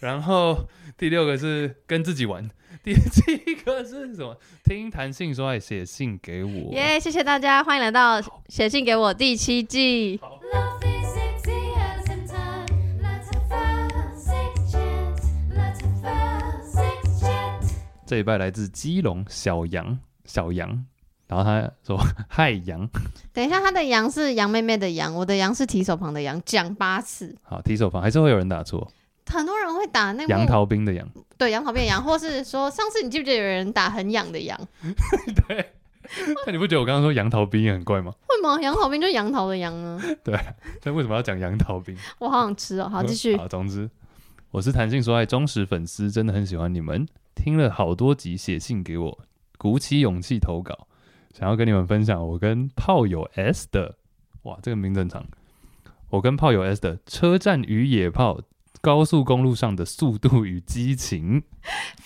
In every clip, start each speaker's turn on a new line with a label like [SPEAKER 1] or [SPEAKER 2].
[SPEAKER 1] 然后第六个是跟自己玩，第七个是什么？听弹性说爱写信给我。
[SPEAKER 2] 耶、谢谢大家，欢迎来到写信给我第七季。
[SPEAKER 3] Love is sexy as in time. Let's have a six chant. Let's have a six chant.
[SPEAKER 1] 这一拜来自基隆小杨，小杨，然后他说 嗨杨，
[SPEAKER 2] 等一下，他的羊是羊妹妹的羊，我的羊是提手旁的羊，讲八次。
[SPEAKER 1] 好，提手旁还是会有人打错，
[SPEAKER 2] 很多人会打那个
[SPEAKER 1] 杨桃冰的 杨，
[SPEAKER 2] 对杨桃变羊，或是说上次你记不记得有人打很痒的羊？
[SPEAKER 1] 对。但你不觉得我刚刚说杨桃冰也很怪吗？
[SPEAKER 2] 会吗？杨桃变就杨桃的羊啊，
[SPEAKER 1] 但为什么要讲杨桃冰？
[SPEAKER 2] 我好想吃哦。 好，继续。
[SPEAKER 1] 嗯 好，总之，我是弹性说爱忠实粉丝，真的很喜欢你们，听了好多集，写信给我，鼓起勇气投稿，想要跟你们分享我跟炮友 S 的，哇，这个名字很长，我跟炮友 S 的车站与野炮。高速公路上的速度与激情，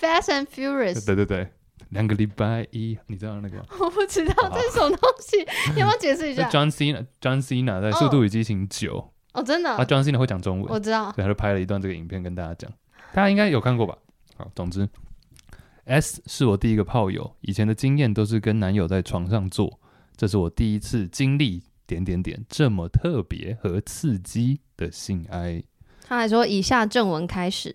[SPEAKER 2] Fast and Furious，
[SPEAKER 1] 对对对，两个礼拜一，你知道那个吗？
[SPEAKER 2] 我不知道
[SPEAKER 1] 好
[SPEAKER 2] 这是什么东 西，你要不要解释一
[SPEAKER 1] 是
[SPEAKER 2] 下？
[SPEAKER 1] John Cena，John Cena 在
[SPEAKER 2] 嗯
[SPEAKER 1] 《速度与激情九、
[SPEAKER 2] 哦，真的
[SPEAKER 1] 啊，，John Cena 会讲中文
[SPEAKER 2] 我，知道。
[SPEAKER 1] 所以他就拍了一段这个影片跟大家讲，大家应该有看过吧？好，总之，S 是我第一个炮友，以前的经验都是跟男友在床上做，这是我第一次经历点点点这么特别和刺激的性爱。
[SPEAKER 2] 他还说以下正文开始。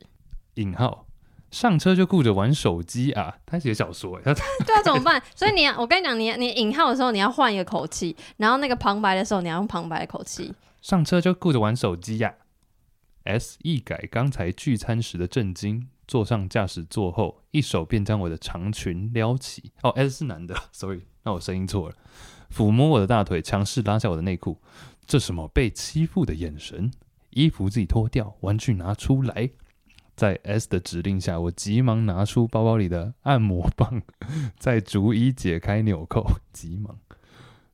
[SPEAKER 1] 引号上车就顾着玩手机啊，他写小说、欸，他
[SPEAKER 2] 对啊，怎么办？ 所以你，我跟你讲，你你引号的时候你要换一个口气，然后那个旁白的时候你要用旁白的口气。
[SPEAKER 1] 上车就顾着玩手机呀、S 一改刚才聚餐时的震惊，坐上驾驶座后，一手便将我的长裙撩起。哦，S 是男的，sorry，那我声音错了。抚摸我的大腿，强势拉下我的内裤。这什么被欺负的眼神？衣服自己脱掉，玩具拿出来。在 S 的指令下，我急忙拿出包包里的按摩棒， 再逐一解开纽扣。急忙。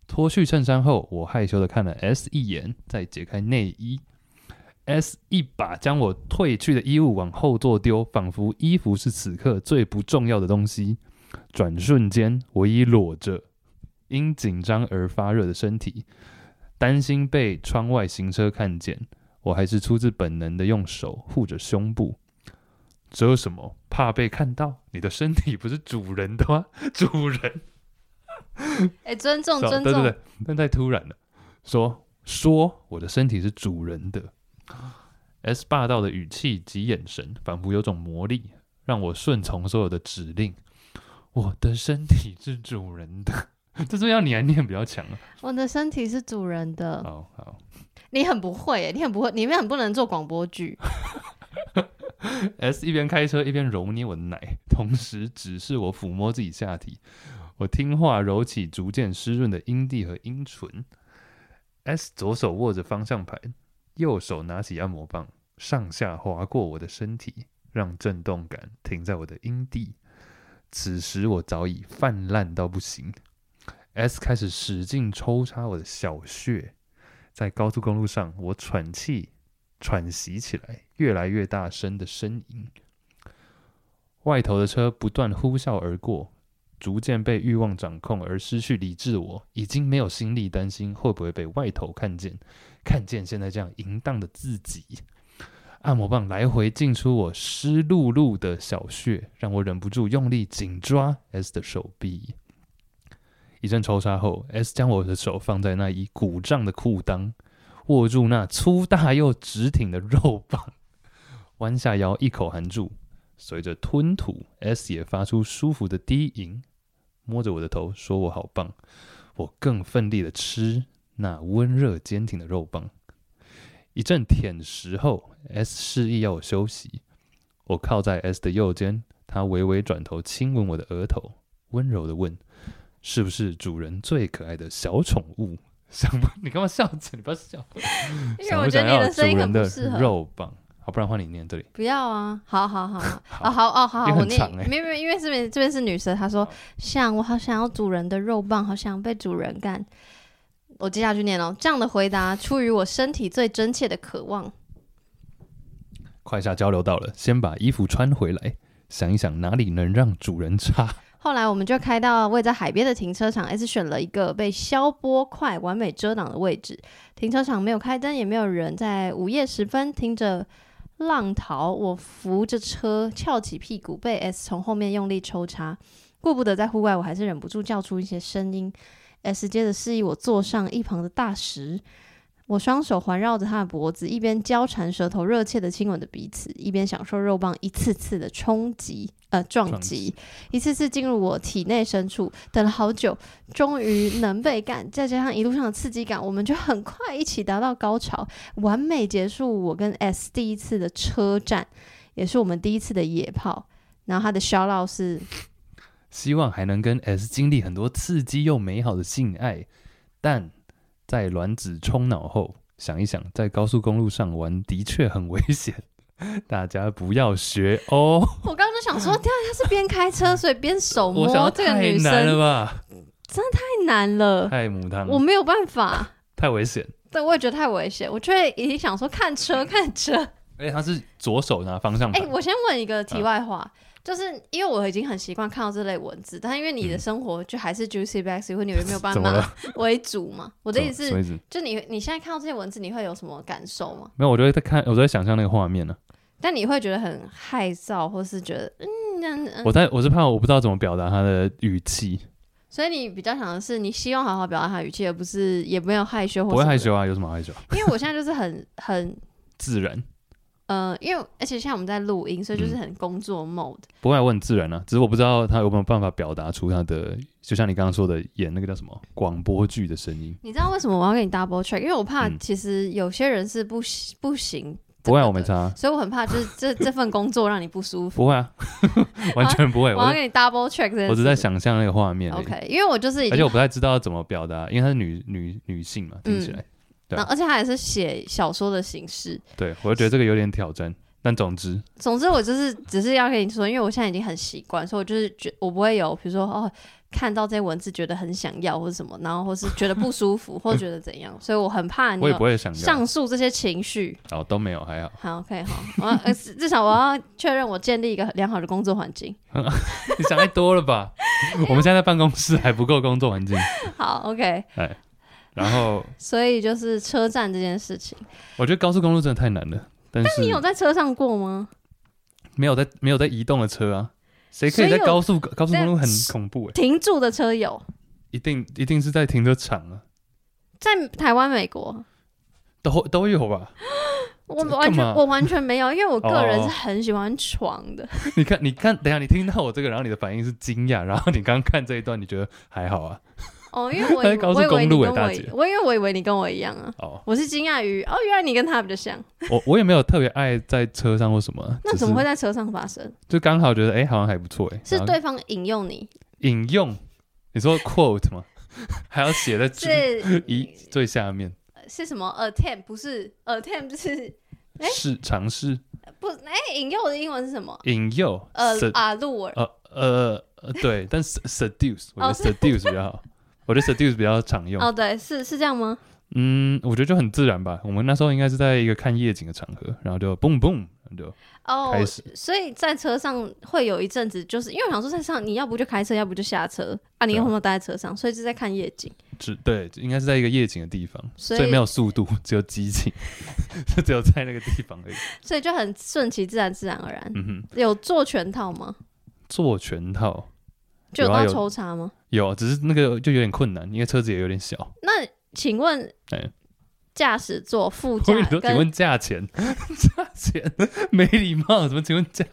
[SPEAKER 1] 脱去衬衫后，我害羞的看了 S 一眼，再解开内衣。S 一把将我褪去的衣物往后座丢，仿佛衣服是此刻最不重要的东西。转瞬间，我已裸着，因紧张而发热的身体，担心被窗外行车看见，我还是出自本能的用手护着胸部。遮什么？怕被看到？你的身体不是主人的吗？ 主人。
[SPEAKER 2] 哎、尊重，
[SPEAKER 1] 是啊
[SPEAKER 2] 尊
[SPEAKER 1] 对
[SPEAKER 2] 重。
[SPEAKER 1] 对对，但太突然了。说说我的身体是主人的，S
[SPEAKER 2] 啊
[SPEAKER 1] 霸道的语气及眼神，仿佛有种魔力，让我顺从所有的指令。我的身体是主人的，这是不是要你来念比较强啊。
[SPEAKER 2] 我的身体是主人的，
[SPEAKER 1] 好好
[SPEAKER 2] 你很不会、哎，你很不会，你们很不能做广播剧。
[SPEAKER 1] ，S 一边开车一边揉捏我的奶， 同时指示我抚摸自己下体。我听话揉起逐渐湿润的阴蒂和阴唇。S 左手握着方向盘，右手拿起按摩棒，上下划过我的身体，让震动感停在我的阴蒂。此时我早已泛滥到不行。S 开始使劲抽插我的小穴，在高速公路上，我喘气、喘息起来，越来越大声的呻吟。外头的车不断呼啸而过，逐渐被欲望掌控而失去理智我，已经没有心力担心会不会被外头看见，看见现在这样淫荡的自己。按摩棒来回进出我湿漉漉的小穴，让我忍不住用力紧抓 S 的手臂。一阵抽插后，S 将我的手放在那已鼓胀的裤裆，握住那粗大又直挺的肉棒，弯下腰一口含住，随着吞吐，S 也发出舒服的低吟，摸着我的头说我好棒，我更奋力的吃那温热坚挺的肉棒。一阵舔食后，S 示意要我休息，我靠在 S 的右肩，他微微转头亲吻我的额头，温柔的问：“是不是主人最可爱的小宠物？”想不，你干嘛笑着？你不要笑。
[SPEAKER 2] 因为
[SPEAKER 1] 想
[SPEAKER 2] 我
[SPEAKER 1] 不
[SPEAKER 2] 觉
[SPEAKER 1] 想
[SPEAKER 2] 得你
[SPEAKER 1] 要
[SPEAKER 2] 的
[SPEAKER 1] 主
[SPEAKER 2] 声音
[SPEAKER 1] 人
[SPEAKER 2] 很不
[SPEAKER 1] 的
[SPEAKER 2] 适 合。
[SPEAKER 1] 肉棒？好，不然换你念这里。
[SPEAKER 2] 不要啊！好好好好，哦好哦好
[SPEAKER 1] 也
[SPEAKER 2] 好，
[SPEAKER 1] 很
[SPEAKER 2] 我念
[SPEAKER 1] 长欸
[SPEAKER 2] 没有没有，因为这边这边是女生，她说像我好想要主人的肉棒，好想被主人干。我接下去念哦。这样的回答出于我身体最真切的渴望。
[SPEAKER 1] 快下交流到了，先把衣服穿回来，想一想哪里能让主人插。
[SPEAKER 2] 后来我们就开到位在海边的停车场，S 选了一个被消波块完美遮挡的位置。停车场没有开灯，也没有人。在午夜时分，听着浪淘，我扶着车翘起屁股，被 S 从后面用力抽插。顾不得在户外，我还是忍不住叫出一些声音。S 接着示意我坐上一旁的大石，我双手环绕着他的脖子，一边交缠舌头，热切的亲吻着彼此，一边享受肉棒一次次的冲击，呃，撞
[SPEAKER 1] 撞
[SPEAKER 2] 击
[SPEAKER 1] 击。
[SPEAKER 2] 一次次进入我体内深处，等了好久，终于能被干，再加上一路上的刺激感，我们就很快一起达到高潮，完美结束我跟 S 第一次的车站，也是我们第一次的野炮。然后他的 shout out 是
[SPEAKER 1] 希望还能跟 S 经历很多刺激又美好的性爱，但在卵子冲脑后，想一想，在高速公路上玩的确很危险， 大家不要学哦。
[SPEAKER 2] 我刚刚就 想说，天啊，他是边开 车所以边手摸
[SPEAKER 1] 我想要
[SPEAKER 2] 这个
[SPEAKER 1] 太
[SPEAKER 2] 女生，
[SPEAKER 1] 难了吧？
[SPEAKER 2] 太难了，
[SPEAKER 1] 太母汤，
[SPEAKER 2] 我没有办法。
[SPEAKER 1] 太危险。
[SPEAKER 2] 对，我也觉得太危险，我就会已经想说看 车看车。
[SPEAKER 1] 而且他哎是左手拿方向
[SPEAKER 2] 哎、
[SPEAKER 1] 盘，
[SPEAKER 2] 我先问一个题外话，
[SPEAKER 1] 嗯
[SPEAKER 2] 就是因为我已经很习惯看到这类文字，但因为你的
[SPEAKER 1] 嗯
[SPEAKER 2] 生活就还是 juicy backseat 或你有没有办
[SPEAKER 1] 怎么
[SPEAKER 2] 法为主嘛？我
[SPEAKER 1] 我
[SPEAKER 2] 的意思
[SPEAKER 1] 什么
[SPEAKER 2] 是，
[SPEAKER 1] 意思？
[SPEAKER 2] 就你你现在看到这些文字，你会有什么感受吗？
[SPEAKER 1] 没有，我就会在看，我就在想象那个画面呢、啊
[SPEAKER 2] 但你会觉得很害臊，或是觉得嗯嗯嗯，
[SPEAKER 1] 我在我是怕我不知道怎么表达他的语气，
[SPEAKER 2] 所以你比较想的是，你希望好好表达他的语气，而不是也没有害羞或
[SPEAKER 1] 不会
[SPEAKER 2] 什么
[SPEAKER 1] 害
[SPEAKER 2] 的。
[SPEAKER 1] 羞啊，有什么好害羞啊？
[SPEAKER 2] 因为我现在就是很很
[SPEAKER 1] 自然，
[SPEAKER 2] 呃，因为而且现在我们在录音，所以就是
[SPEAKER 1] 嗯
[SPEAKER 2] 很工作 mode。
[SPEAKER 1] 不会，我很自然啊，只是我不知道他有没有办法表达出他的，就像你刚刚说的，演那个叫什么广播剧的声音。
[SPEAKER 2] 你知道为什么我要给你 double check？因为我怕
[SPEAKER 1] 嗯
[SPEAKER 2] 其实有些人是不行不行这
[SPEAKER 1] 不
[SPEAKER 2] 个的。
[SPEAKER 1] 会、啊，我没差，
[SPEAKER 2] 所以我很怕，就是这这份工作让你不舒服。
[SPEAKER 1] 不会 啊，完全不会。
[SPEAKER 2] 我要
[SPEAKER 1] 我
[SPEAKER 2] 给你 double check 这件
[SPEAKER 1] 我只在
[SPEAKER 2] 事情
[SPEAKER 1] 想象那个画面而已
[SPEAKER 2] OK，因为我就是已
[SPEAKER 1] 而且
[SPEAKER 2] 经，
[SPEAKER 1] 我不太知道怎么表达，因为她是女女女性嘛，听
[SPEAKER 2] 嗯
[SPEAKER 1] 起来，对
[SPEAKER 2] 然后而且他也是写小说的形式。
[SPEAKER 1] 对我就觉得这个有点挑战。但总之，
[SPEAKER 2] 总之，我就是只是要跟你说，因为我现在已经很习惯，所以我就是觉我不会有，比如说哦，看到这些文字觉得很想要或者什么，然后或是觉得不舒服或觉得怎样，所以我很怕你
[SPEAKER 1] 我也不
[SPEAKER 2] 有
[SPEAKER 1] 会想要
[SPEAKER 2] 上，述这些情绪。
[SPEAKER 1] 哦，都没有，还好。
[SPEAKER 2] 好，OK，好，我要呃至至少我要确认我建立一个良好的工作环境。
[SPEAKER 1] 你想太多 了吧？我们现在在办公室还不够工作环境，
[SPEAKER 2] 好，OK，
[SPEAKER 1] 然后
[SPEAKER 2] 所以就是车站这件事情，
[SPEAKER 1] 我觉得高速公路真的太难了，但是
[SPEAKER 2] 你有在车上过吗？
[SPEAKER 1] 没有在没有在移动的车啊，谁可以在
[SPEAKER 2] 所以有
[SPEAKER 1] 高速高速公路很
[SPEAKER 2] 但
[SPEAKER 1] 恐怖哎、
[SPEAKER 2] 停住的车有，
[SPEAKER 1] 一定一定是在停车场啊，
[SPEAKER 2] 在台湾、美国，
[SPEAKER 1] 都都有吧？
[SPEAKER 2] 我
[SPEAKER 1] 这
[SPEAKER 2] 完
[SPEAKER 1] 干
[SPEAKER 2] 全
[SPEAKER 1] 嘛
[SPEAKER 2] 我完全没有，因为我个人
[SPEAKER 1] 哦
[SPEAKER 2] 是很喜欢床的。
[SPEAKER 1] 你看你看，等一下你听到我这个，然后你的反应是惊讶，然后你刚看这一段，你觉得还好啊？
[SPEAKER 2] 哦，因为我
[SPEAKER 1] 他在
[SPEAKER 2] 以
[SPEAKER 1] 高
[SPEAKER 2] 我以
[SPEAKER 1] 速
[SPEAKER 2] 为
[SPEAKER 1] 公
[SPEAKER 2] 你
[SPEAKER 1] 路
[SPEAKER 2] 跟
[SPEAKER 1] 欸大
[SPEAKER 2] 我一
[SPEAKER 1] 姐，
[SPEAKER 2] 我因为我以为你跟我一样啊，
[SPEAKER 1] 哦，
[SPEAKER 2] 我是惊讶于哦，原来你跟他比较像，
[SPEAKER 1] 我我也没有特别爱在车上或什么啊，
[SPEAKER 2] 那
[SPEAKER 1] 只
[SPEAKER 2] 怎么会
[SPEAKER 1] 是
[SPEAKER 2] 在车上发生？
[SPEAKER 1] 就刚好觉得哎、好像还不错哎、
[SPEAKER 2] 是
[SPEAKER 1] 然后
[SPEAKER 2] 对方引诱你，
[SPEAKER 1] 引用你说 quote 吗？ 还要写在最
[SPEAKER 2] 是呃
[SPEAKER 1] 一最下面
[SPEAKER 2] 是什么 attempt 不是 attempt 是哎
[SPEAKER 1] 是尝试
[SPEAKER 2] 不哎、引诱的英文是什么？
[SPEAKER 1] 引诱
[SPEAKER 2] 呃
[SPEAKER 1] sed-
[SPEAKER 2] 啊，鹿耳
[SPEAKER 1] 呃呃呃， 对，但是 seduce 我觉
[SPEAKER 2] 哦
[SPEAKER 1] 得 seduce 比 较好，我觉得 seduce 比较常用。
[SPEAKER 2] 哦，对，是是这样吗？
[SPEAKER 1] 嗯，我觉得就很自然吧。我们那时候应该是在一个看夜景的场合，然后就 boom boom 然后就
[SPEAKER 2] 哦
[SPEAKER 1] 开，始。
[SPEAKER 2] 所以在车上会有一阵子，就是因为我想说在车上你要不就开车，要不就下车啊，你
[SPEAKER 1] 对啊
[SPEAKER 2] 有没有待在车上？所以就在看夜景。
[SPEAKER 1] 只对，应该是在一个夜景的地方，
[SPEAKER 2] 所
[SPEAKER 1] 所
[SPEAKER 2] 以
[SPEAKER 1] 以没有速度，只有激情， 就只有在那个地方而已。
[SPEAKER 2] 所以就很顺其自然，自然而然。
[SPEAKER 1] 嗯哼，
[SPEAKER 2] 有做全套吗？
[SPEAKER 1] 做全套
[SPEAKER 2] 就有
[SPEAKER 1] 有啊
[SPEAKER 2] 到
[SPEAKER 1] 有
[SPEAKER 2] 抽查吗？
[SPEAKER 1] 有，只是那个就有点困难，因为车子也有点小。
[SPEAKER 2] 那请问
[SPEAKER 1] 哎，
[SPEAKER 2] 驾驶座、副
[SPEAKER 1] 我
[SPEAKER 2] 驾
[SPEAKER 1] 跟你说，请
[SPEAKER 2] 跟
[SPEAKER 1] 问价钱？ 价钱没礼貌，怎么请问价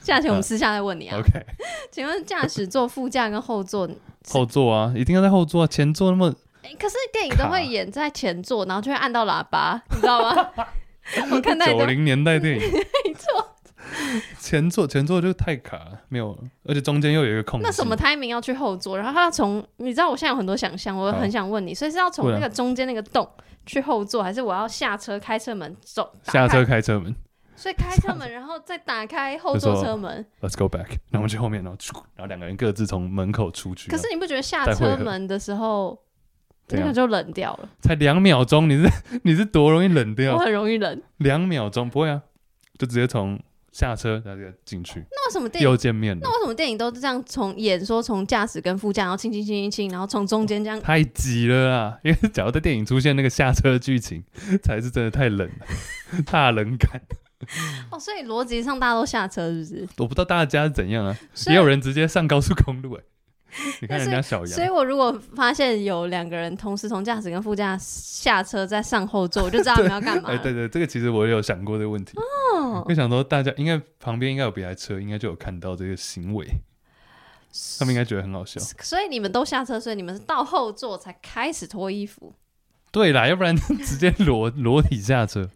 [SPEAKER 2] 价钱，我们
[SPEAKER 1] 呃
[SPEAKER 2] 私下再问你啊。
[SPEAKER 1] ？OK，
[SPEAKER 2] 请问驾驶座、副驾跟后座，
[SPEAKER 1] 后座啊，一定要在后座啊，前座那么
[SPEAKER 2] 哎可是电影都
[SPEAKER 1] 卡
[SPEAKER 2] 会演在前座，然后就会按到喇 叭，你知道吗？我看太
[SPEAKER 1] 九
[SPEAKER 2] 多，
[SPEAKER 1] 零年代电 影，没错。前座前座就太卡了，没有，而且中间又有一个空隙。
[SPEAKER 2] 那什么 timing 要去后座？然后他要从，你知道我现在有很多想象，我
[SPEAKER 1] 好
[SPEAKER 2] 很想问你，所以是要从那
[SPEAKER 1] 对啊
[SPEAKER 2] 个中间那个洞去后座，还是我要下车开车门走？打
[SPEAKER 1] 下车
[SPEAKER 2] 开，
[SPEAKER 1] 开车门
[SPEAKER 2] 所以开车 门，然后再打开后座
[SPEAKER 1] 就说
[SPEAKER 2] 车门。
[SPEAKER 1] ，Let's go back，然后我们去后面，然后咻然后两个人各自从门口出去。啊
[SPEAKER 2] 可是你不觉得下
[SPEAKER 1] 再会
[SPEAKER 2] 车
[SPEAKER 1] 合
[SPEAKER 2] 门的时候
[SPEAKER 1] 怎
[SPEAKER 2] 那个
[SPEAKER 1] 样
[SPEAKER 2] 就冷掉了。
[SPEAKER 1] 才两秒钟，你是 你是多容易冷
[SPEAKER 2] 我
[SPEAKER 1] 掉？
[SPEAKER 2] 很容易冷。
[SPEAKER 1] 两秒钟不会啊，就直接从下车那个进去，
[SPEAKER 2] 哦那为什么电影？
[SPEAKER 1] 又见面了
[SPEAKER 2] 那，为什么电影都是这样从演说从驾驶跟副驾，然后亲亲亲亲亲，然后从中间这样？
[SPEAKER 1] 太急了啊！因为假如在电影出现那个下车剧情，才是真的太冷 了，大冷感。
[SPEAKER 2] 哦，所以逻辑上大家都下车是不是？
[SPEAKER 1] 我不知道大家是怎样啊，
[SPEAKER 2] 所
[SPEAKER 1] 也
[SPEAKER 2] 以
[SPEAKER 1] 有人直接上高速公 路哎、你看人家小
[SPEAKER 2] 所以
[SPEAKER 1] 杨，
[SPEAKER 2] 我如果发现有两个人同时从驾驶跟副驾下车在上后座，我就知道他们要干嘛
[SPEAKER 1] 哎、
[SPEAKER 2] 了。
[SPEAKER 1] 对对，这个其实我也有想过这个问题，
[SPEAKER 2] 哦
[SPEAKER 1] 我，想说大家应该旁边应该有别台车，应该就有看到这个行为，他们应该觉得很好笑。
[SPEAKER 2] 所以你们都下车，所以你们是到后座才开始脱衣服。
[SPEAKER 1] 对啦，要不然 直接裸裸体下车，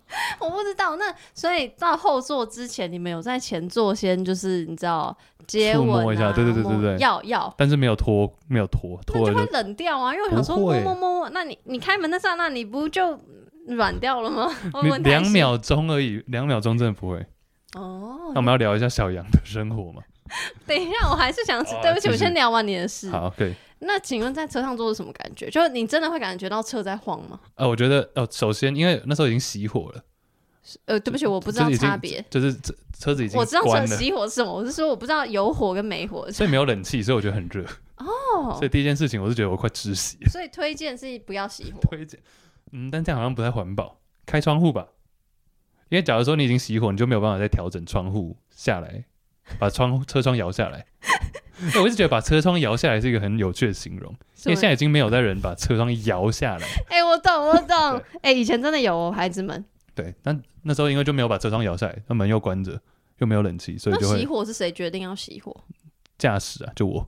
[SPEAKER 2] 我不知道，那所以到后座之前，你们有在前座先就是你知道接
[SPEAKER 1] 触
[SPEAKER 2] 吻、啊、
[SPEAKER 1] 摸一下对对对对
[SPEAKER 2] 摸
[SPEAKER 1] 对
[SPEAKER 2] 要要，
[SPEAKER 1] 但是没有脱，没有脱，
[SPEAKER 2] 那
[SPEAKER 1] 脱
[SPEAKER 2] 就
[SPEAKER 1] 了
[SPEAKER 2] 会
[SPEAKER 1] 就
[SPEAKER 2] 冷掉啊。因为我想说
[SPEAKER 1] 不
[SPEAKER 2] 摸
[SPEAKER 1] 会
[SPEAKER 2] 摸摸摸，那你你开门那刹那，你不就软掉了 吗？ 我
[SPEAKER 1] 你
[SPEAKER 2] 问太
[SPEAKER 1] 两
[SPEAKER 2] 细
[SPEAKER 1] 秒钟而已，两秒钟真的不会。
[SPEAKER 2] 哦
[SPEAKER 1] 那我。们要聊一下小杨的生活嘛？
[SPEAKER 2] 等一下，我还是想知，
[SPEAKER 1] 哦
[SPEAKER 2] 对不起，
[SPEAKER 1] 继续
[SPEAKER 2] 我先聊完你的事。
[SPEAKER 1] 好，可以。
[SPEAKER 2] 那请问在车上坐是什么感觉？就是你真的会感觉到车在晃吗？
[SPEAKER 1] 呃，我觉得哦，首先因为那时候已经熄火了，
[SPEAKER 2] 呃，对不起，我不知道
[SPEAKER 1] 这已经
[SPEAKER 2] 差别。
[SPEAKER 1] 就是车车子已经
[SPEAKER 2] 我知道
[SPEAKER 1] 关
[SPEAKER 2] 车
[SPEAKER 1] 了，
[SPEAKER 2] 熄火是什么，我是说我不知道有火跟没火。
[SPEAKER 1] 所以没有冷气，所以我觉得很热。
[SPEAKER 2] 哦
[SPEAKER 1] 所以，第一件事情，我是觉得我快窒息 了。
[SPEAKER 2] 所以推荐是不要熄火。
[SPEAKER 1] 推荐，嗯，但这样好像不太环保，开窗户吧。因为假如说你已经熄火，你就没有办法再调整窗户下来，把窗车窗摇 下来。对我一直觉得把车窗摇下来是一个很有趣的形容，因为现在已经没有在人把车窗摇下来。
[SPEAKER 2] 哎、我懂，我 懂。哎、以前真的有哦，孩子们。
[SPEAKER 1] 对，但那时候因为就没有把车窗摇下来，那门又关着，又没有冷气，所以
[SPEAKER 2] 那
[SPEAKER 1] 就
[SPEAKER 2] 熄
[SPEAKER 1] 会
[SPEAKER 2] 火是谁决定要熄火？
[SPEAKER 1] 驾驶啊，就我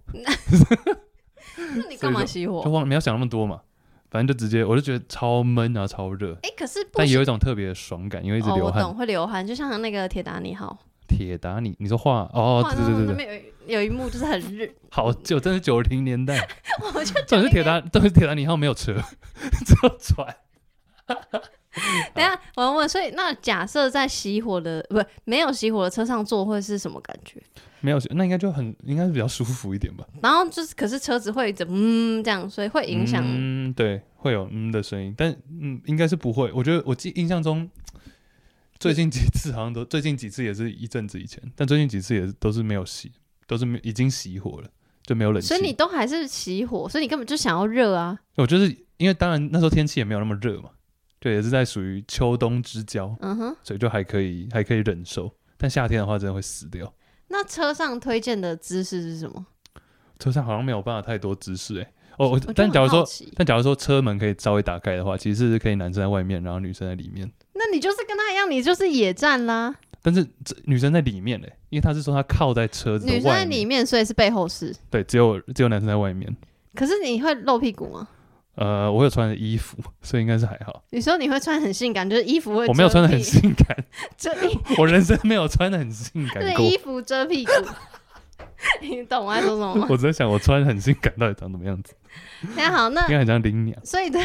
[SPEAKER 2] 那你干嘛熄
[SPEAKER 1] 就
[SPEAKER 2] 火？
[SPEAKER 1] 忘了没有想那么多嘛，反正就直接我就觉得超闷啊，超热，
[SPEAKER 2] 哎、可是不
[SPEAKER 1] 但
[SPEAKER 2] 熄
[SPEAKER 1] 也有一种特别的爽感，因为一直
[SPEAKER 2] 哦，
[SPEAKER 1] 流
[SPEAKER 2] 我
[SPEAKER 1] 汗。
[SPEAKER 2] 懂，会流汗，就像那个铁达尼号。
[SPEAKER 1] 铁达尼，你说画哦，
[SPEAKER 2] 哇
[SPEAKER 1] 对对对
[SPEAKER 2] 那
[SPEAKER 1] 对，
[SPEAKER 2] 边有有一幕就是很热，
[SPEAKER 1] 好久，真是九零年代。
[SPEAKER 2] 我就
[SPEAKER 1] 总是铁达，都是铁达尼号没有车， 只有船。
[SPEAKER 2] 等一下我要问，所以那假设在熄火的不没有熄火的车上坐会是什么感觉？
[SPEAKER 1] 没有车，那应该就很应该是比较舒服一点吧。
[SPEAKER 2] 然后就是，可是车子会怎么嗯这样，所以会影响。
[SPEAKER 1] 嗯，对，会有嗯的声音，但嗯应该是不会。我觉得我记印象中，最近几次好像都最近几次也是一阵子以前，但最近几次也是都是没有熄，都是没已经熄火了，就没有冷气。
[SPEAKER 2] 所以你都还是熄火，所以你根本就想要热啊。
[SPEAKER 1] 我就是因为当然那时候天气也没有那么热嘛，对，也是在属于秋冬之交，
[SPEAKER 2] 嗯哼，
[SPEAKER 1] 所以就还可以还可以忍受。但夏天的话，真的会死掉。
[SPEAKER 2] 那车上推荐的姿势是什么？
[SPEAKER 1] 车上好像没有办法太多姿势哎、哦，我
[SPEAKER 2] 我就
[SPEAKER 1] 但
[SPEAKER 2] 很
[SPEAKER 1] 假如
[SPEAKER 2] 好
[SPEAKER 1] 说，
[SPEAKER 2] 奇
[SPEAKER 1] 但假如说车门可以稍微打开的话，其实是可以男生在外面，然后女生在里面。
[SPEAKER 2] 那你就是跟他一样，你就是野战啦。
[SPEAKER 1] 但是这女生在里面嘞、因为他是说他靠在车子的
[SPEAKER 2] 女生
[SPEAKER 1] 外
[SPEAKER 2] 在
[SPEAKER 1] 面，
[SPEAKER 2] 里面，所以是背后式。
[SPEAKER 1] 对，只有只有男生在外面。
[SPEAKER 2] 可是你会露屁股吗？
[SPEAKER 1] 呃，我有穿的衣服， 所以应该是还好。
[SPEAKER 2] 你说你会穿很性感，就是衣服会
[SPEAKER 1] 我没有
[SPEAKER 2] 遮
[SPEAKER 1] 穿的
[SPEAKER 2] 屁
[SPEAKER 1] 很性感，
[SPEAKER 2] 遮衣，
[SPEAKER 1] 我人生没有穿的很性
[SPEAKER 2] 就
[SPEAKER 1] 感
[SPEAKER 2] 是
[SPEAKER 1] 过。
[SPEAKER 2] 衣服遮屁股。 你懂我在说什 么吗？
[SPEAKER 1] 我只在想，我穿得很性感到底长什么样子？
[SPEAKER 2] 那好，那
[SPEAKER 1] 应该很像林娘。
[SPEAKER 2] 所以 的